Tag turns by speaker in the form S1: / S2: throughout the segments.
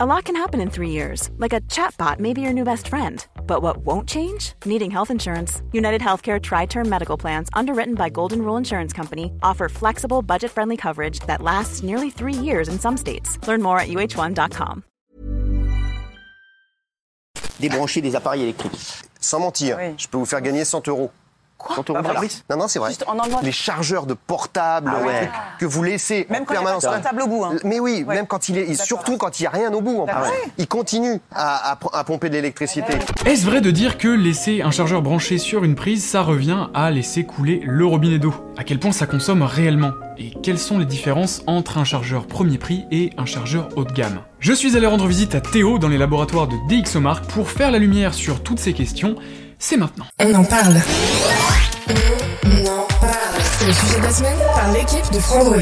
S1: A lot can happen in three years, like a chatbot may be your new best friend. But what won't change? Needing health insurance. United Healthcare Tri Term Medical Plans, underwritten by Golden Rule Insurance Company, offer flexible, budget friendly coverage that lasts nearly three years in some states. Learn more at uh1.com.
S2: Débrancher des appareils électriques.
S3: Sans mentir,
S4: Ah Oui. Ah
S3: je peux vous faire gagner 100 euros.
S2: Quand on
S3: Voilà.
S2: Fabrice
S3: Non, non, c'est vrai.
S4: Juste en enlevant-
S3: Les chargeurs de portables
S2: Ah
S3: les
S2: ouais.
S3: trucs que vous laissez
S4: Même
S3: en
S4: quand il y a
S3: permanence.
S4: pas de portable au bout, hein.
S3: Mais oui,
S4: Ouais.
S3: même quand il est, et
S4: D'accord.
S3: surtout quand il n'y a rien au bout. En
S4: D'accord.
S3: plus.
S4: Ah ouais. Eh ben
S3: Il continue à, à pr- à pomper de l'électricité.
S5: Est-ce vrai de dire que laisser un chargeur branché sur une prise, ça revient à laisser couler le robinet d'eau À quel point ça consomme réellement Et quelles sont les différences entre un chargeur premier prix et un chargeur haut de gamme Je suis allé rendre visite à Théo dans les laboratoires de DxOMark pour faire la lumière sur toutes ces questions. C'est maintenant.
S6: On en parle. On en parle. C'est le sujet de la semaine par l'équipe de Frandroid.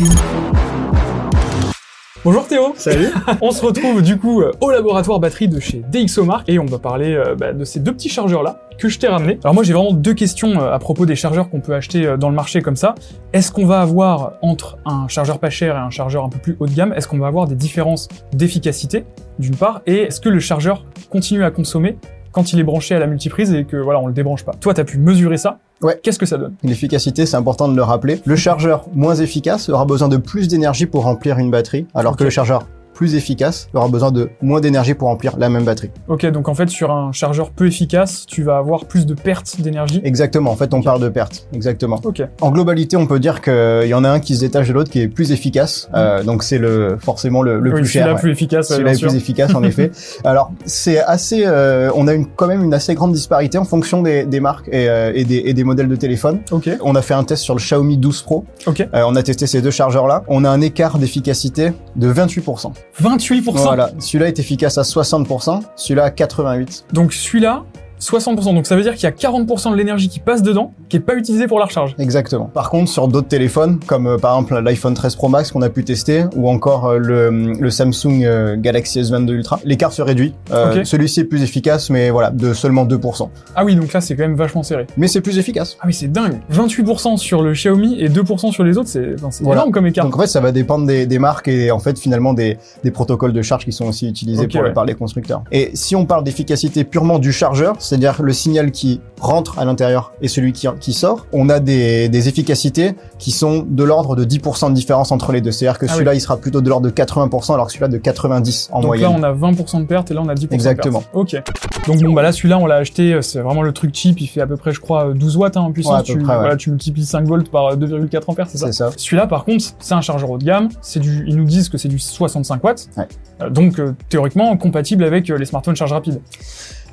S7: Bonjour Théo Salut On se retrouve du coup euh, au laboratoire batterie de chez DxOMark et on va parler euh, bah, de ces deux petits chargeurs là que je t'ai ramenés. Alors moi j'ai vraiment deux questions euh, à propos des chargeurs qu'on peut acheter euh, dans le marché comme ça. Est-ce qu'on va avoir entre un chargeur pas cher et un chargeur un peu plus haut de gamme, est-ce qu'on va avoir des différences d'efficacité d'une part et est-ce que le chargeur continue à consommer quand il est branché à la multiprise et que voilà on le débranche pas. Toi t'as pu mesurer ça
S8: Ouais.
S7: Qu'est-ce que ça donne
S8: L'efficacité, c'est important de le rappeler. Le chargeur moins efficace aura besoin de plus d'énergie pour remplir une batterie, alors que le chargeur plus efficace aura besoin de moins d'énergie pour remplir la même batterie.
S7: Ok donc en fait sur un chargeur peu efficace tu vas avoir plus de pertes d'énergie.
S8: Exactement, en fait, on parle de perte. Exactement.
S7: Ok.
S8: En globalité, on peut dire qu'il y en a un qui se détache de l'autre qui est plus efficace, euh, donc c'est le forcément le, le
S7: Mm. Oui,
S8: plus cher.
S7: celui-là
S8: ouais.
S7: plus efficace, ouais,
S8: Celui-là
S7: bien
S8: est
S7: sûr.
S8: plus efficace en effet. Alors c'est assez, euh, on a une, quand même une assez grande disparité en fonction des, des marques et, euh, et des, et des modèles de téléphone.
S7: Ok,
S8: On a fait un test sur le Xiaomi 12 Pro.
S7: ok.
S8: Euh, on a testé ces deux chargeurs-là. On a un écart d'efficacité de 28%.
S7: 28%.
S8: Voilà. Celui-là est efficace à 60%, celui-là à 88%.
S7: Donc celui-là, 60%. Donc ça veut dire qu'il y a 40% de l'énergie qui passe dedans, qui est pas utilisée pour la recharge.
S8: Exactement. Par contre, sur d'autres téléphones, comme euh, par exemple l'iPhone 13 Pro Max qu'on a pu tester, ou encore euh, le, le Samsung euh, Galaxy S22 Ultra, l'écart se réduit. Euh,
S7: Ok.
S8: Celui-ci est plus efficace, mais voilà, de seulement 2%.
S7: Ah oui, donc là c'est quand même vachement serré.
S8: Mais c'est plus efficace.
S7: Ah oui, c'est dingue. 28% sur le Xiaomi et 2% sur les autres, c'est enfin, c'est
S8: Voilà.
S7: énorme comme écart.
S8: Donc en fait, ça va dépendre des, des marques et en fait finalement des, des protocoles de charge qui sont aussi utilisés
S7: Ok,
S8: pour-
S7: ouais.
S8: par les constructeurs. Et si on parle d'efficacité purement du chargeur, c'est-à-dire le signal qui rentre à l'intérieur et celui qui, qui sort, on a des, des efficacités qui sont de l'ordre de 10% de différence entre les deux. C'est-à-dire que
S7: Ah
S8: celui-là, il sera plutôt de l'ordre de 80% alors que celui-là de 90% en
S7: donc
S8: moyenne.
S7: là on a 20% de perte et là on a 10%
S8: Exactement.
S7: de perte. Ok. Donc bon bah là celui-là on l'a acheté, euh, c'est vraiment le truc cheap, il fait à peu près je crois euh, 12 watts hein, en puissance.
S8: Ouais, à peu
S7: tu,
S8: près, ouais.
S7: voilà, tu multiplies 5 volts par euh, 2,4 ampères, c'est ça
S8: C'est ça.
S7: Celui-là, par contre, c'est un chargeur haut de gamme. C'est du, ils nous disent que c'est du 65 watts.
S8: Ouais.
S7: Euh, donc, euh, théoriquement, compatible avec euh, les smartphones charge rapide.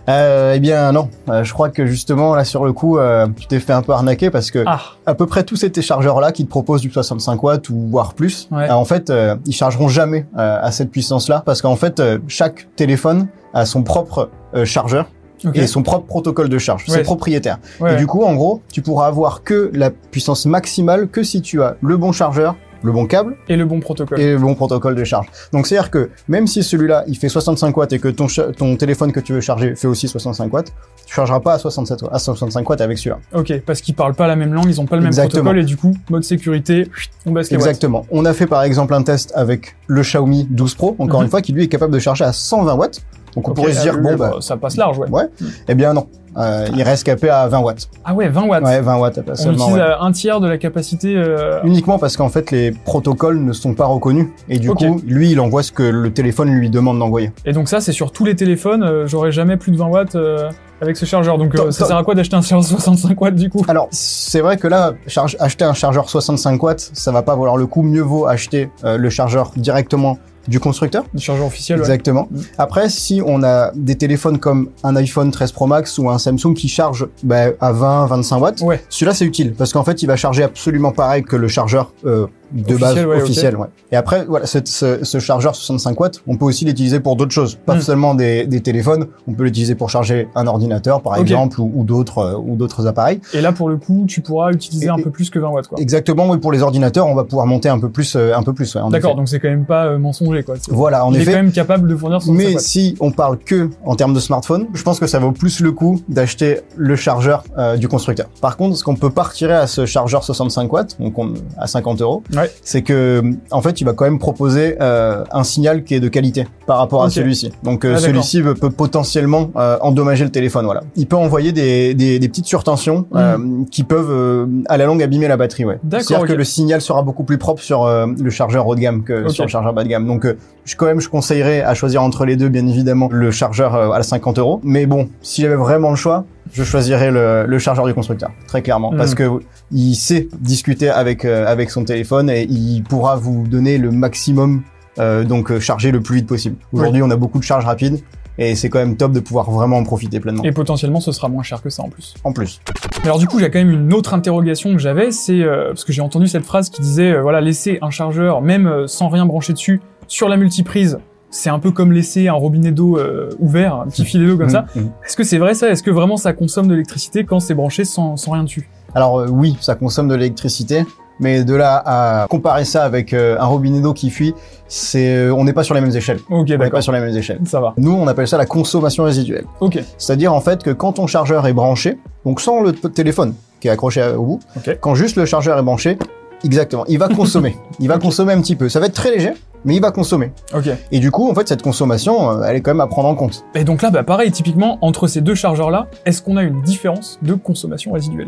S8: Euh, eh bien non, Euh, je crois que justement là sur le coup, euh, tu t'es fait un peu arnaquer parce que
S7: Ah,
S8: à peu près tous ces chargeurs-là qui te proposent du 65 watts ou voire plus,
S7: Ouais.
S8: euh, en fait, euh, ils chargeront jamais euh, à cette puissance-là parce qu'en fait, euh, chaque téléphone a son propre euh, chargeur
S7: ok.
S8: et son propre protocole de charge.
S7: Ouais.
S8: C'est propriétaire.
S7: Ouais,
S8: Et
S7: ouais.
S8: du coup, en gros, tu pourras avoir que la puissance maximale que si tu as le bon chargeur, le bon câble
S7: Et le bon protocole.
S8: et le bon protocole de charge. Donc, c'est-à-dire que même si celui-là, il fait 65 watts et que ton, cha- ton téléphone que tu veux charger fait aussi 65 watts, tu chargeras pas à 67 watts- à 65 watts avec celui-là.
S7: Ok, parce qu'ils parlent pas la même langue, ils ont pas le même
S8: Exactement.
S7: protocole et du coup, mode sécurité, on baisse les watts.
S8: Exactement. On a fait par exemple un test avec le Xiaomi 12 Pro, encore
S7: Mhm.
S8: une fois, qui lui est capable de charger à 120 watts. Donc on
S7: Ok,
S8: pourrait se dire,
S7: euh,
S8: bon,
S7: euh,
S8: bah,
S7: ça passe large, ouais.
S8: ouais. Eh bien non, Euh, il reste capé à 20 watts.
S7: Ah ouais, 20 watts.
S8: Ouais, 20 watts
S7: on
S8: seulement.
S7: utilise
S8: ouais.
S7: euh, un tiers de la capacité. euh,
S8: Uniquement parce qu'en fait les protocoles ne sont pas reconnus et du
S7: Ok.
S8: coup lui il envoie ce que le téléphone lui demande d'envoyer.
S7: Et donc ça, c'est sur tous les téléphones. euh, J'aurai jamais plus de 20 watts euh, avec ce chargeur. Donc euh,
S8: Tant- Ah,
S7: ça
S8: tant-
S7: sert à quoi d'acheter un chargeur 65 watts du coup
S8: Alors c'est vrai que là charge- acheter un chargeur 65 watts ça va pas valoir le coup. Mieux vaut acheter euh, le chargeur directement du constructeur.
S7: Le chargeur officiel, ouais.
S8: Exactement. Après, si on a des téléphones comme un iPhone 13 Pro Max ou un Samsung qui charge bah, à 20, 25 watts,
S7: Ouais.
S8: celui-là c'est utile parce qu'en fait il va charger absolument pareil que le chargeur euh, de
S7: Officiel,
S8: base
S7: ouais, ok.
S8: officiel. ouais. Et après, voilà, ce, ce- ce chargeur 65 watts, on peut aussi l'utiliser pour d'autres choses, pas
S7: Hmm.
S8: seulement des, des téléphones. On peut l'utiliser pour charger un ordinateur, par
S7: Ok.
S8: exemple, ou, ou d'autres euh, ou d'autres appareils.
S7: Et là, pour le coup, tu pourras utiliser
S8: Et-
S7: un
S8: et-
S7: peu plus que 20 watts, quoi.
S8: Exactement. Oui, pour les ordinateurs, on va pouvoir monter un peu plus, euh, un peu plus. ouais, en
S7: D'accord,
S8: effet.
S7: donc c'est quand même pas euh, mensonger quoi. C'est-
S8: Voilà, en
S7: il est
S8: effet.
S7: quand même capable de fournir son
S8: Mais si on parle que en termes de smartphone, je pense que ça vaut plus le coup d'acheter le chargeur euh, du constructeur. Par contre, ce qu'on peut pas retirer à ce chargeur 65 watts, donc on- à 50 euros,
S7: Ouais. Ouais.
S8: c'est que en fait, il va quand même proposer euh, un signal qui est de qualité par rapport à
S7: Ok.
S8: celui-ci. Donc euh,
S7: Ah, d'accord.
S8: celui-ci peut, peut potentiellement euh, endommager le téléphone. Voilà. Il peut envoyer des, des, des petites surtensions euh, qui peuvent euh, à la longue abîmer la batterie. Ouais.
S7: Mhm. D'accord,
S8: C'est-à-dire que
S7: ok.
S8: le signal sera beaucoup plus propre sur euh, le chargeur haut de gamme que
S7: Ok.
S8: sur le chargeur bas de gamme. Donc euh, je, quand même, je conseillerais à choisir entre les deux, bien évidemment, le chargeur euh, à 50 euros. Mais bon, si j'avais vraiment le choix, je choisirais le, le chargeur du constructeur, très clairement,
S7: Mm.
S8: parce que il sait discuter avec euh, avec son téléphone et il pourra vous donner le maximum, euh, donc euh, charger le plus vite possible. Aujourd'hui, on a beaucoup de charges rapides et c'est quand même top de pouvoir vraiment en profiter pleinement.
S7: Et potentiellement, ce sera moins cher que ça en plus.
S8: En plus,
S7: Mais alors du coup, j'ai quand même une autre interrogation que j'avais, c'est euh, parce que j'ai entendu cette phrase qui disait euh, voilà, laisser un chargeur même euh, sans rien brancher dessus sur la multiprise, c'est un peu comme laisser un robinet d'eau euh, ouvert, un petit filet d'eau comme ça.
S8: Mm, mm.
S7: Est-ce que c'est vrai ça Est-ce que vraiment ça consomme de l'électricité quand c'est branché sans, sans rien dessus
S8: Alors euh, oui, ça consomme de l'électricité, mais de là à comparer ça avec euh, un robinet d'eau qui fuit, c'est euh, on n'est pas sur les mêmes échelles.
S7: Ok,
S8: On n'est
S7: d'accord.
S8: pas sur les mêmes échelles.
S7: Ça va.
S8: Nous, on appelle ça la consommation résiduelle.
S7: Ok.
S8: C'est-à-dire en fait que quand ton chargeur est branché, donc sans le t- téléphone qui est accroché au bout,
S7: Ok.
S8: quand juste le chargeur est branché, exactement, il va consommer. il va consommer un petit peu. Ça va être très léger, mais il va consommer.
S7: Ok.
S8: Et du coup, en fait, cette consommation, euh, elle est quand même à prendre en compte.
S7: Et donc là, bah pareil, typiquement entre ces deux chargeurs là, est-ce qu'on a une différence de consommation résiduelle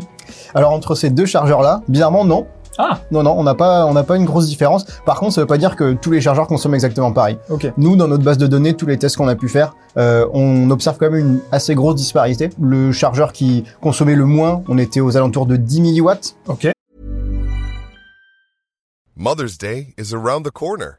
S8: Alors entre ces deux chargeurs-là, bizarrement, non.
S7: Ah,
S8: Non, non, on n'a pas, on n'a pas une grosse différence. Par contre, ça veut pas dire que tous les chargeurs consomment exactement pareil.
S7: ok.
S8: Nous, dans notre base de données, tous les tests qu'on a pu faire, euh, on observe quand même une assez grosse disparité. Le chargeur qui consommait le moins, on était aux alentours de 10 milliwatts.
S7: Ok.
S4: Mother's Day is around the corner.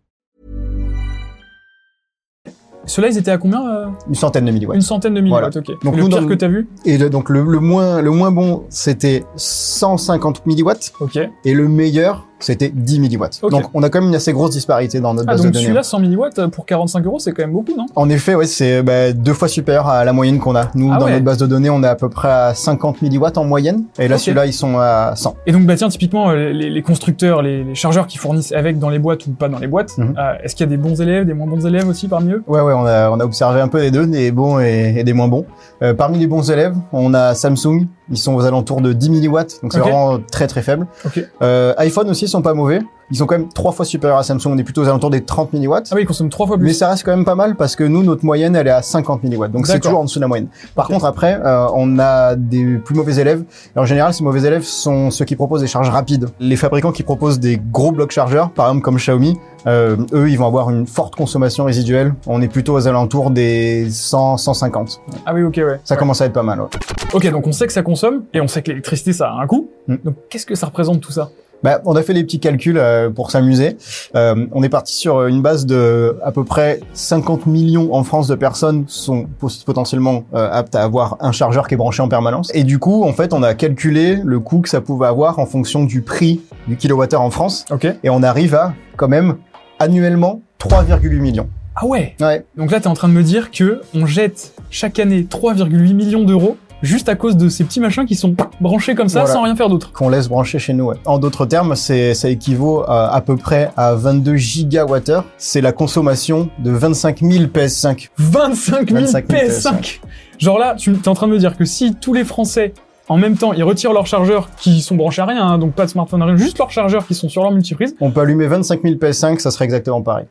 S7: Ceux-là, ils étaient à combien euh
S8: Une centaine de milliwatts.
S7: Une centaine de milliwatts. Ok.
S8: Donc
S7: le
S8: nous,
S7: pire
S8: dans-
S7: que t'as vu
S8: Et le- donc le, le moins, le moins bon, c'était 150 milliwatts,
S7: Ok.
S8: et le meilleur, c'était 10 milliwatts.
S7: Ok.
S8: Donc on a quand même une assez grosse disparité dans notre
S7: Ah,
S8: base de
S7: donc
S8: données. hein.
S7: celui-là, 100 milliwatts euh, pour 45 euros, c'est quand même beaucoup, non
S8: En effet, ouais, c'est bah, deux fois supérieur à la moyenne qu'on a. Nous,
S7: Ah
S8: dans
S7: ouais.
S8: notre base de données, on est à peu près à 50 milliwatts en moyenne, et là,
S7: Ok.
S8: celui-là, ils sont à 100.
S7: Et donc, bah tiens, typiquement, euh, les, les constructeurs, les, les chargeurs qui fournissent avec dans les boîtes ou pas dans les boîtes,
S8: Mhm.
S7: euh, est-ce qu'il y a des bons élèves, des moins bons élèves aussi parmi eux
S8: Ouais, ouais, on a, on a observé un peu des deux, des bons et, et des moins bons. Euh, parmi les bons élèves, on a Samsung, ils sont aux alentours de 10 milliwatts, donc c'est
S7: Ok.
S8: vraiment très très faible.
S7: Ok.
S8: Euh, iPhone aussi, ils sont pas mauvais, ils sont quand même trois fois supérieurs à Samsung, on est plutôt aux alentours des 30 milliwatts.
S7: Ah oui, ils consomment trois fois plus.
S8: Mais ça reste quand même pas mal parce que nous, notre moyenne, elle est à 50 milliwatts. Donc c'est
S7: D'accord.
S8: toujours en dessous de la moyenne. Par
S7: Ok.
S8: contre, après, euh, on a des plus mauvais élèves. Et en général, ces mauvais élèves sont ceux qui proposent des charges rapides. Les fabricants qui proposent des gros blocs chargeurs, par exemple comme Xiaomi, euh, eux, ils vont avoir une forte consommation résiduelle. On est plutôt aux alentours des 100, 150.
S7: Ah oui, ok, ouais.
S8: Ça commence à être pas mal. ouais.
S7: Ok, donc on sait que ça consomme, et on sait que l'électricité, ça a un coût.
S8: Mhm.
S7: Donc, qu'est-ce que ça représente tout ça
S8: Bah, on a fait les petits calculs euh, pour s'amuser. Euh, on est parti sur une base de à peu près 50 millions en France de personnes sont pos- potentiellement euh, aptes à avoir un chargeur qui est branché en permanence. Et du coup, en fait, on a calculé le coût que ça pouvait avoir en fonction du prix du kilowattheure en France.
S7: Ok.
S8: Et on arrive à quand même annuellement 3,8 millions.
S7: Ah ouais
S8: Ouais.
S7: Donc là, t'es en train de me dire que on jette chaque année 3,8 millions d'euros juste à cause de ces petits machins qui sont branchés comme ça
S8: Voilà.
S7: sans rien faire d'autre.
S8: qu'on laisse brancher chez nous. ouais. En d'autres termes, c'est ça équivaut à, à peu près à 22 gigawattheures. C'est la consommation de 25 000 PS5.
S7: 25 000
S8: 25 000
S7: PS5 Genre là, tu es en train de me dire que si tous les Français, en même temps, ils retirent leurs chargeurs qui sont branchés à rien, hein, donc pas de smartphone, rien, juste leurs chargeurs qui sont sur leur multiprise,
S8: On peut allumer 25 000 PS5, ça serait exactement pareil.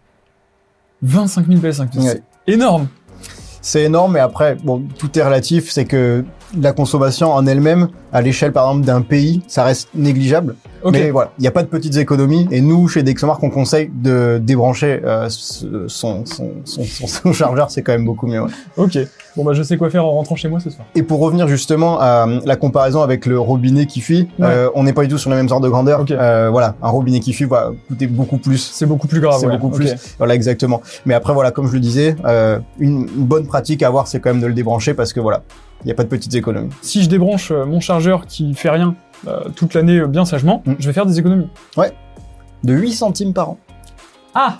S7: 25 000 PS5, c'est
S8: Ouais.
S7: énorme
S8: C'est énorme, mais après, bon, tout est relatif. C'est que la consommation en elle-même, à l'échelle par exemple d'un pays, ça reste négligeable.
S7: Ok.
S8: Mais voilà, il n'y a pas de petites économies. Et nous, chez Dexomark, on conseille de débrancher euh, ce- son, son, son, son- son chargeur. C'est quand même beaucoup mieux. ouais.
S7: Ok. Bon bah je sais quoi faire en rentrant chez moi ce soir.
S8: Et pour revenir justement à euh, la comparaison avec le robinet qui fuit,
S7: Ouais.
S8: euh, on n'est pas du tout sur les mêmes ordres de grandeur.
S7: Ok.
S8: Euh, voilà, un robinet qui fuit va coûter beaucoup plus.
S7: C'est beaucoup plus grave.
S8: C'est
S7: ouais.
S8: beaucoup
S7: Ok.
S8: plus. Voilà, exactement. Mais après, voilà, comme je le disais, euh, une une bonne pratique à avoir, c'est quand même de le débrancher parce que voilà, il n'y a pas de petites économies.
S7: Si je débranche euh, mon chargeur qui fait rien euh, toute l'année euh, bien sagement,
S8: Mm.
S7: je vais faire des économies.
S8: De 8 centimes par an.
S7: Ah.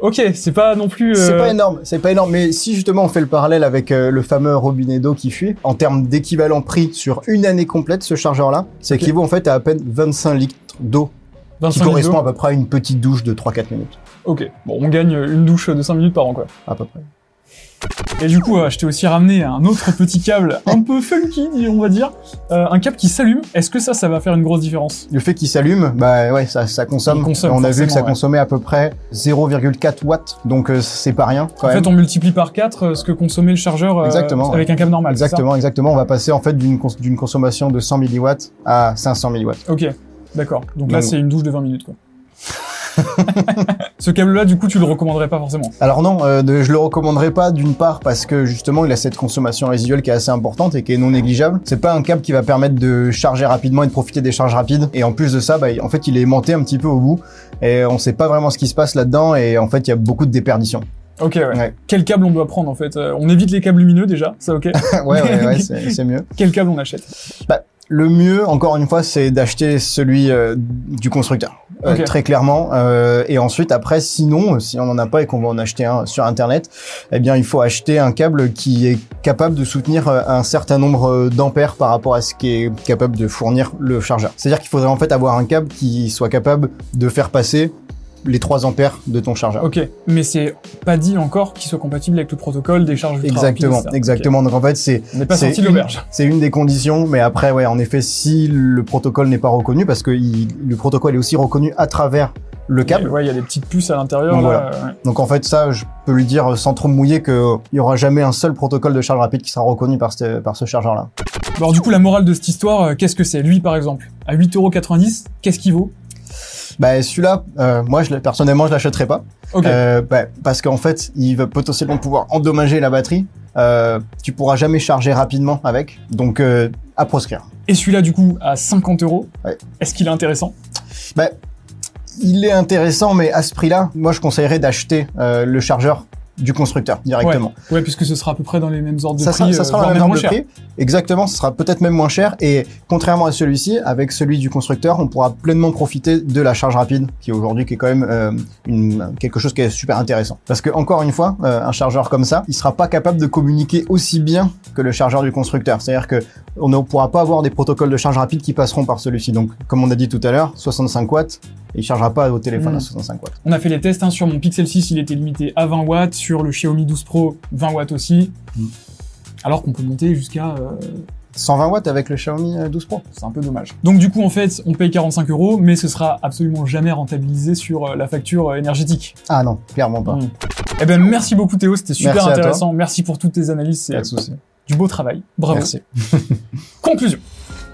S7: Ok, c'est pas non plus.
S8: C'est
S7: euh,
S8: pas énorme, c'est pas énorme. Mais si justement on fait le parallèle avec euh, le fameux robinet d'eau qui fuit, en termes d'équivalent prix sur une année complète, ce chargeur-là, ça
S7: Ok.
S8: équivaut en fait à à peine 25 litres d'eau,
S7: 25
S8: qui
S7: mille
S8: correspond à
S7: euros.
S8: peu près à une petite douche de 3-4 minutes.
S7: Ok. Bon, on gagne euh, une douche de 5 minutes par an quoi.
S8: À peu près.
S7: Et du coup, euh, je t'ai aussi ramené un autre petit câble un peu funky, on va dire, Euh, un câble qui s'allume. Est-ce que ça, ça va faire une grosse différence
S8: Le fait qu'il s'allume, bah ouais, ça, ça consomme.
S7: Il consomme,
S8: on a vu que ça
S7: forcément, ouais.
S8: consommait à peu près 0,4 watts, donc euh, c'est pas rien quand
S7: En
S8: même.
S7: fait, on multiplie par 4 ce que consommait le chargeur euh,
S8: Exactement, ouais.
S7: avec un câble normal. c'est ça
S8: Exactement, exactement. On va passer en fait d'une cons- d'une consommation de 100 milliwatts à 500 milliwatts.
S7: Ok, d'accord. Donc là,
S8: Donc-
S7: c'est une douche de 20 minutes, quoi. Ce câble-là, du coup, tu le recommanderais pas forcément.
S8: Alors non, euh, de- je le recommanderais pas d'une part parce que justement il a cette consommation résiduelle qui est assez importante et qui est non négligeable. C'est pas un câble qui va permettre de charger rapidement et de profiter des charges rapides. Et en plus de ça, bah, en fait il est aimanté un petit peu au bout et on sait pas vraiment ce qui se passe là-dedans et en fait il y a beaucoup de déperditions.
S7: Ok, ouais.
S8: Ouais.
S7: Quel câble on doit prendre, en fait Euh, On évite les câbles lumineux, déjà, ça ok.
S8: ouais, ouais, ouais, c'est c'est mieux.
S7: Quel câble on achète
S8: Le mieux, encore une fois, c'est d'acheter celui euh, du constructeur, Euh,
S7: Ok.
S8: très clairement. Euh, et ensuite, après, sinon, euh, si on n'en a pas et qu'on veut en acheter un sur Internet, eh bien, il faut acheter un câble qui est capable de soutenir euh, un certain nombre euh, d'ampères par rapport à ce qui est capable de fournir le chargeur. C'est-à-dire qu'il faudrait en fait avoir un câble qui soit capable de faire passer les 3 ampères de ton chargeur.
S7: Ok, mais c'est pas dit encore qu'il soit compatible avec le protocole des charges ultra
S8: Exactement,
S7: rapides, etc.
S8: exactement. Donc en fait, c'est
S7: Ok. On n'est pas
S8: C'est
S7: sorti de
S8: une-
S7: l'auberge.
S8: C'est une des conditions, mais après, ouais, en effet, si le protocole n'est pas reconnu, parce que il- le protocole est aussi reconnu à travers le câble.
S7: Ouais, il y a des petites puces à l'intérieur.
S8: Donc
S7: là, ouais.
S8: Donc en fait, ça, je peux lui dire euh, sans trop me mouiller qu'il y aura jamais un seul protocole de charge rapide qui sera reconnu par, ce- par ce chargeur-là.
S7: Bon, Bah, Alors, du coup, la morale de cette histoire, euh, qu'est-ce que c'est Lui, par exemple, à 8,90€, qu'est-ce qu'il vaut
S8: Bah celui-là, euh, moi, je, l'ai- personnellement, je l'achèterai pas,
S7: Ok,
S8: Euh, bah, parce qu'en fait, il va potentiellement pouvoir endommager la batterie. Euh, tu pourras jamais charger rapidement avec, donc euh, à proscrire.
S7: et celui-là, du coup, à 50 euros,
S8: Ouais.
S7: est-ce qu'il est intéressant
S8: Bah, il est intéressant, mais à ce prix-là, moi, je conseillerais d'acheter euh, le chargeur du constructeur directement.
S7: Ouais, puisque ce sera à peu près dans les mêmes ordres de
S8: ça
S7: prix,
S8: sera, ça
S7: euh,
S8: sera
S7: voire
S8: dans la
S7: même
S8: même
S7: moins
S8: ordre de
S7: cher.
S8: prix. Exactement, ce sera peut-être même moins cher. Et contrairement à celui-ci, avec celui du constructeur, on pourra pleinement profiter de la charge rapide, qui est aujourd'hui qui est quand même euh, une, quelque chose qui est super intéressant. Parce que encore une fois, euh, un chargeur comme ça, il sera pas capable de communiquer aussi bien que le chargeur du constructeur. C'est-à-dire que on ne pourra pas avoir des protocoles de charge rapide qui passeront par celui-ci. Donc, comme on a dit tout à l'heure, 65 watts, il chargera pas au téléphone
S7: Mm.
S8: à 65 watts.
S7: On a fait les tests hein, sur mon Pixel 6, il était limité à 20 watts, sur le Xiaomi 12 Pro, 20 watts aussi.
S8: Mm.
S7: Alors qu'on peut monter jusqu'à. euh,
S8: 120 watts avec le Xiaomi euh, 12 Pro.
S7: c'est un peu dommage. Donc du coup en fait on paye 45 euros, mais ce sera absolument jamais rentabilisé sur euh, la facture euh, énergétique.
S8: Ah non, clairement pas.
S7: Mm. Eh ben merci beaucoup Théo, c'était super
S8: Merci à toi.
S7: intéressant. Merci pour toutes tes analyses, c'est
S8: Pas de souci.
S7: du beau travail. Bravo.
S8: Merci.
S7: Conclusion.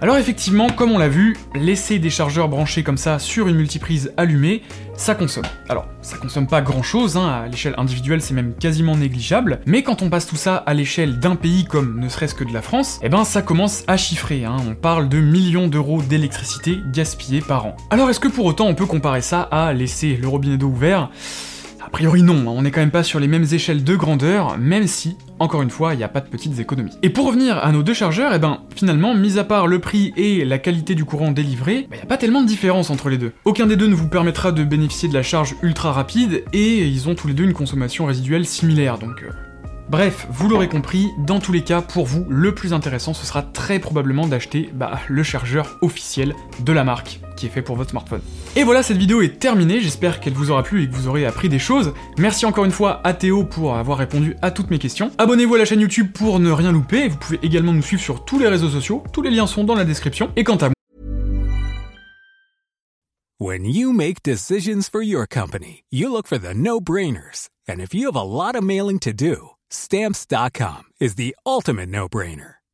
S5: Alors effectivement, comme on l'a vu, laisser des chargeurs branchés comme ça sur une multiprise allumée, ça consomme. Alors, ça consomme pas grand-chose, hein, à l'échelle individuelle c'est même quasiment négligeable, mais quand on passe tout ça à l'échelle d'un pays comme ne serait-ce que de la France, eh ben ça commence à chiffrer, hein, on parle de millions d'euros d'électricité gaspillée par an. Alors est-ce que pour autant on peut comparer ça à laisser le robinet d'eau ouvert a priori non, hein, on n'est quand même pas sur les mêmes échelles de grandeur, même si, encore une fois, il n'y a pas de petites économies. Et pour revenir à nos deux chargeurs, eh ben, finalement, mis à part le prix et la qualité du courant délivré, il n'y a pas tellement de différence entre les deux. Aucun des deux ne vous permettra de bénéficier de la charge ultra rapide, et ils ont tous les deux une consommation résiduelle similaire, donc... euh, Bref, vous l'aurez compris, dans tous les cas, pour vous, le plus intéressant, ce sera très probablement d'acheter bah, le chargeur officiel de la marque, qui est fait pour votre smartphone. Et voilà, cette vidéo est terminée, j'espère qu'elle vous aura plu et que vous aurez appris des choses. Merci encore une fois à Théo pour avoir répondu à toutes mes questions. Abonnez-vous à la chaîne YouTube pour ne rien louper, vous pouvez également nous suivre sur tous les réseaux sociaux, tous les liens sont dans la description. Et quant à
S9: When you make decisions for your company, you look for the no brainers. And if you have a lot of mailing to do, stamps.com is the ultimate no brainer.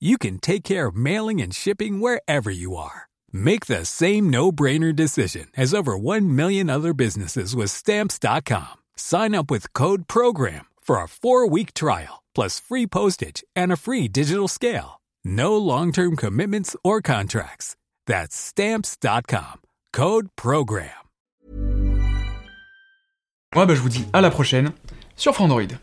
S9: you can take care of mailing and shipping wherever you are. Make the same no-brainer decision as over 1 million other businesses with Stamps.com. Sign up with code PROGRAM for a four-week trial, plus free postage and a free digital scale. No long-term commitments or contracts. That's Stamps.com. Code PROGRAM.
S5: Moi, bah, je vous dis à la prochaine sur Frandroid.